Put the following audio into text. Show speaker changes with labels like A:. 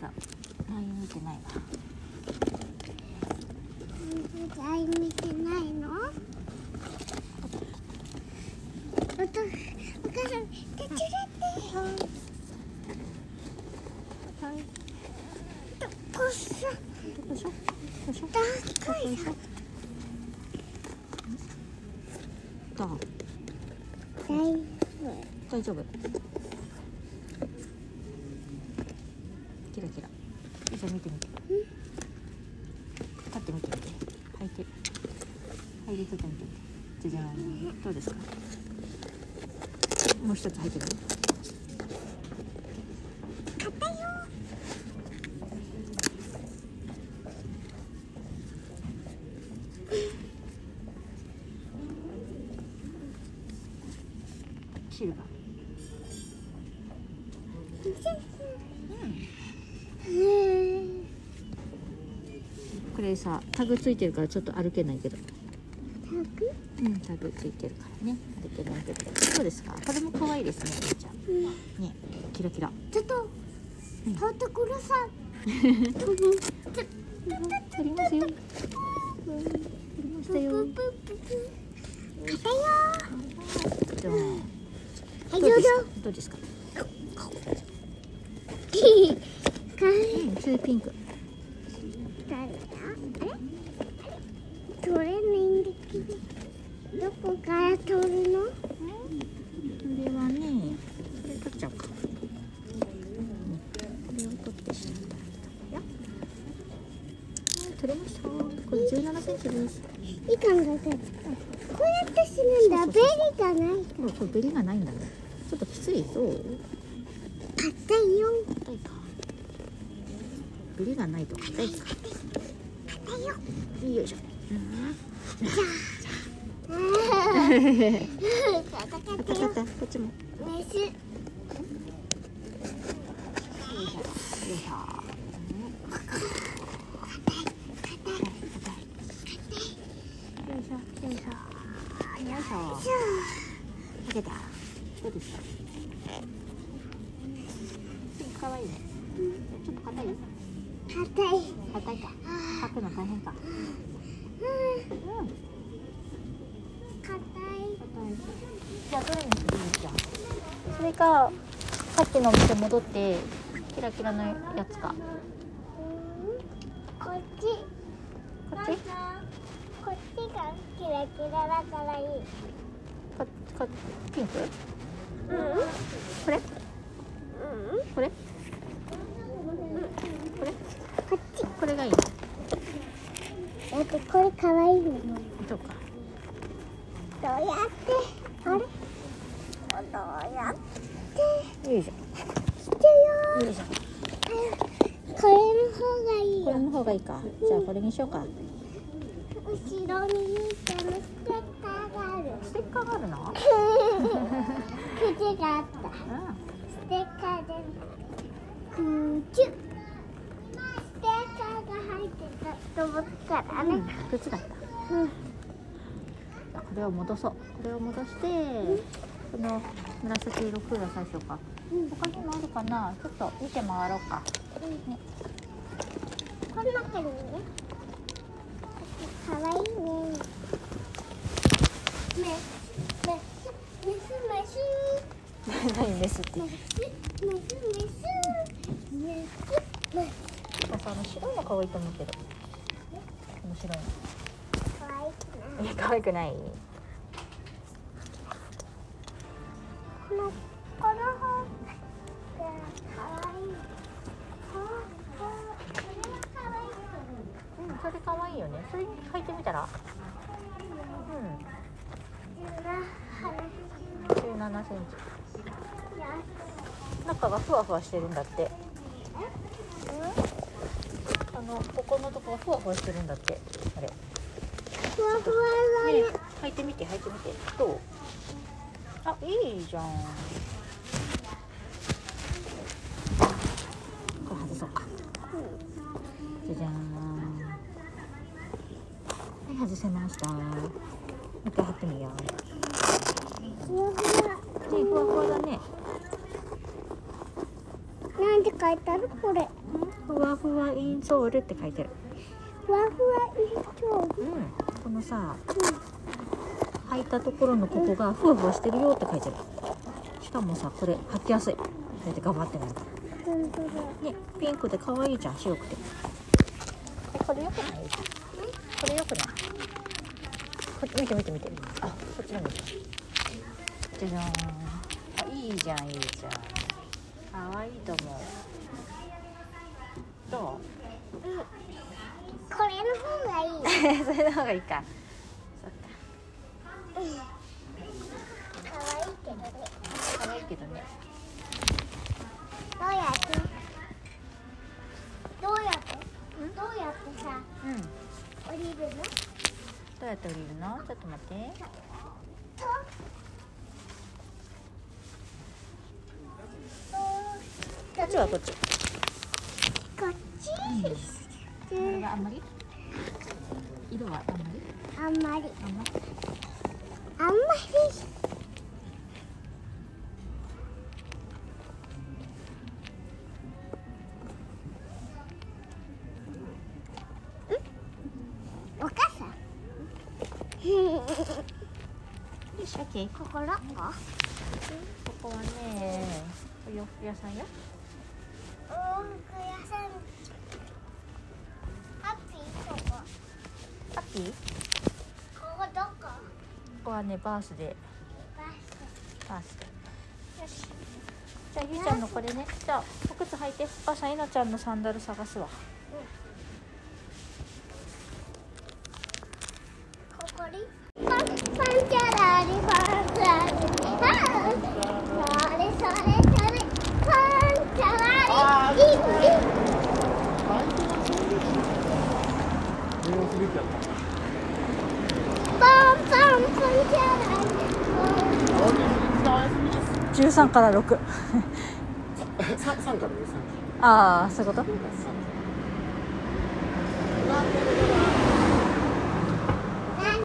A: だ LINE 見てないわ
B: ライン見てないの？お父お母さん手伝って。はい。こっそ
A: よいしょよいしょ
B: 高い
A: よいしょどう
B: 大丈
A: 大丈夫キラキラじゃあ見てみて立って見てみて履いて履いて立ってみてじゃじゃんどうですかもう一つ履いてる
B: 夫。硬いよ。
A: シルバー
B: うん。
A: これさタグついてるからちょっと歩けないけど
B: たく？
A: うんタグついてるからね歩けないけどどうですかこれも可愛いですねお姉ちゃん
B: うん。
A: ねキラキラ
B: ちょっと買ってください。ちょっと
A: 撮りますよ撮りましたよ
B: 硬いよ。
A: じゃあ
B: はい
A: どう
B: ど
A: ですか。ど
B: うぞ
A: うですか
B: かわいい。
A: うん、それピンク
B: だよあれ取れないんだけどどこから取るの
A: これはねこれ取っちゃおうか、うん、これを取ってしまったよはい取れましたこれ17センチです
B: いい感覚こうやってするんだ
A: そう
B: ベ
A: そう
B: リがない
A: ほらこれベリがないんだねちょっときついぞ
B: 硬いよ
A: 硬いかベリがないと硬いか
B: 硬いよ
A: よいしょ
B: あー硬かった
A: 硬か
B: よ
A: ったこっちもよ
B: メスよ
A: いしょうんよいしょよいしょよいしょ
B: いしょ
A: かけた。どうですか。可愛いね。ちょっと硬い。
B: 硬い
A: 硬いか。書くの大変か。
B: うん
A: うん。硬い。
B: 硬い
A: じゃあどれにするのじゃあ。それかさっきのお店戻ってキラキラのやつか。
B: うんこっち
A: こっち？
B: こっちがキラキラだからいい
A: ここピンク？
B: うん
A: これ？
B: うん
A: これ？これ？こっち。これがいい。
B: だってこれ可愛いのに
A: どうか。
B: どうやってあれどうやって
A: よいし
B: 捨てよ
A: ょ。よいしょ。
B: うこれの方がいい
A: これ
B: よ
A: の方がいいか。じゃあこれにしようか。
B: 後ろにいいとのステッカーがある
A: ステッカーがあるの？
B: 口があった
A: うん。
B: ステッカーで口ステッカーが入ってたと思ったからね、
A: 靴だった。
B: うん
A: これを戻そう。これを戻して、この紫色クーラー最初か。
B: うん
A: 他にもあるかな。ちょっと見て回ろうか。ね
B: この中にねかわいいねメスメスメスメス
A: 何ですって
B: メ。スメスメスメスメ
A: なんかあの白いの可愛いと思うけど。面白い
B: スかわいいな
A: の。いや可愛くない。
B: このこの方がかわいいこのここれはかわいい
A: うん、それ可愛いよね。それに履いてみたら。うん。
B: 自分の話
A: 十七セン
B: しや
A: チ。中がふわふわしてるんだって。あのここのとこがふわふわしてるんだって。あれ。
B: ふわふわだね
A: ね、履いてみて履いてみてどうあいいじゃんこれ外そうかじゃじゃーんはい外せましたもう一回貼ってみよう
B: ふわふわ
A: ねふわふわだね
B: 何なんて書いてあるこれ。
A: ふわふわインソールって書いてる。
B: ふわふわ衣装。
A: うん。このさ、
B: うん
A: 履いたところのここがふわふわしてるよって書いてる。しかもさ、これ履きやすい。こうやってガバってなるか
B: 本当だ。
A: ら。ね、ピンクで可愛いじゃん、白くて。え、これ良くないこれ良くないこ見て見て見て。あ、こっちの見て。じゃじゃーん。あ、いいじゃん、いいじゃん。可愛いと思う。どう
B: これの方がいい。うん。
A: そ れの方がいいか。
B: 可愛いけどね。
A: 可愛いけどね。
B: どうやって。どうやって。どうやってさ、
A: うん。ど
B: 降りるの。
A: うやって降りるの？ちょっと待って。
B: と。と
A: こっちはこっち。
B: こっち。
A: これはあんまり？色はあんまり？
B: あん
A: あん
B: まり。
A: まり？
B: あんまり。んお母さん。
A: よし、オッケー。
B: ここどこ。
A: ここはね、お洋服屋さんよ。
B: お洋服屋さん。ハッピーここ。
A: ハッピー？こ
B: ここどこ。
A: こはね、バースで、
B: バス。
A: バースで。よし。じゃあゆうちゃんのこれね。じゃあお靴履いて。お母さん、えなちゃんのサンダル探すわ。
B: ここに。パンパンチャラリパンチャラリ。あーそれそれそれ。パンチャラリ。リンリン。
C: 電話すべきやった。
B: パンパンパンチャラリ。
A: 十三から六。
C: さ三からね、三
A: ああ、そういうこと？
C: から。三から。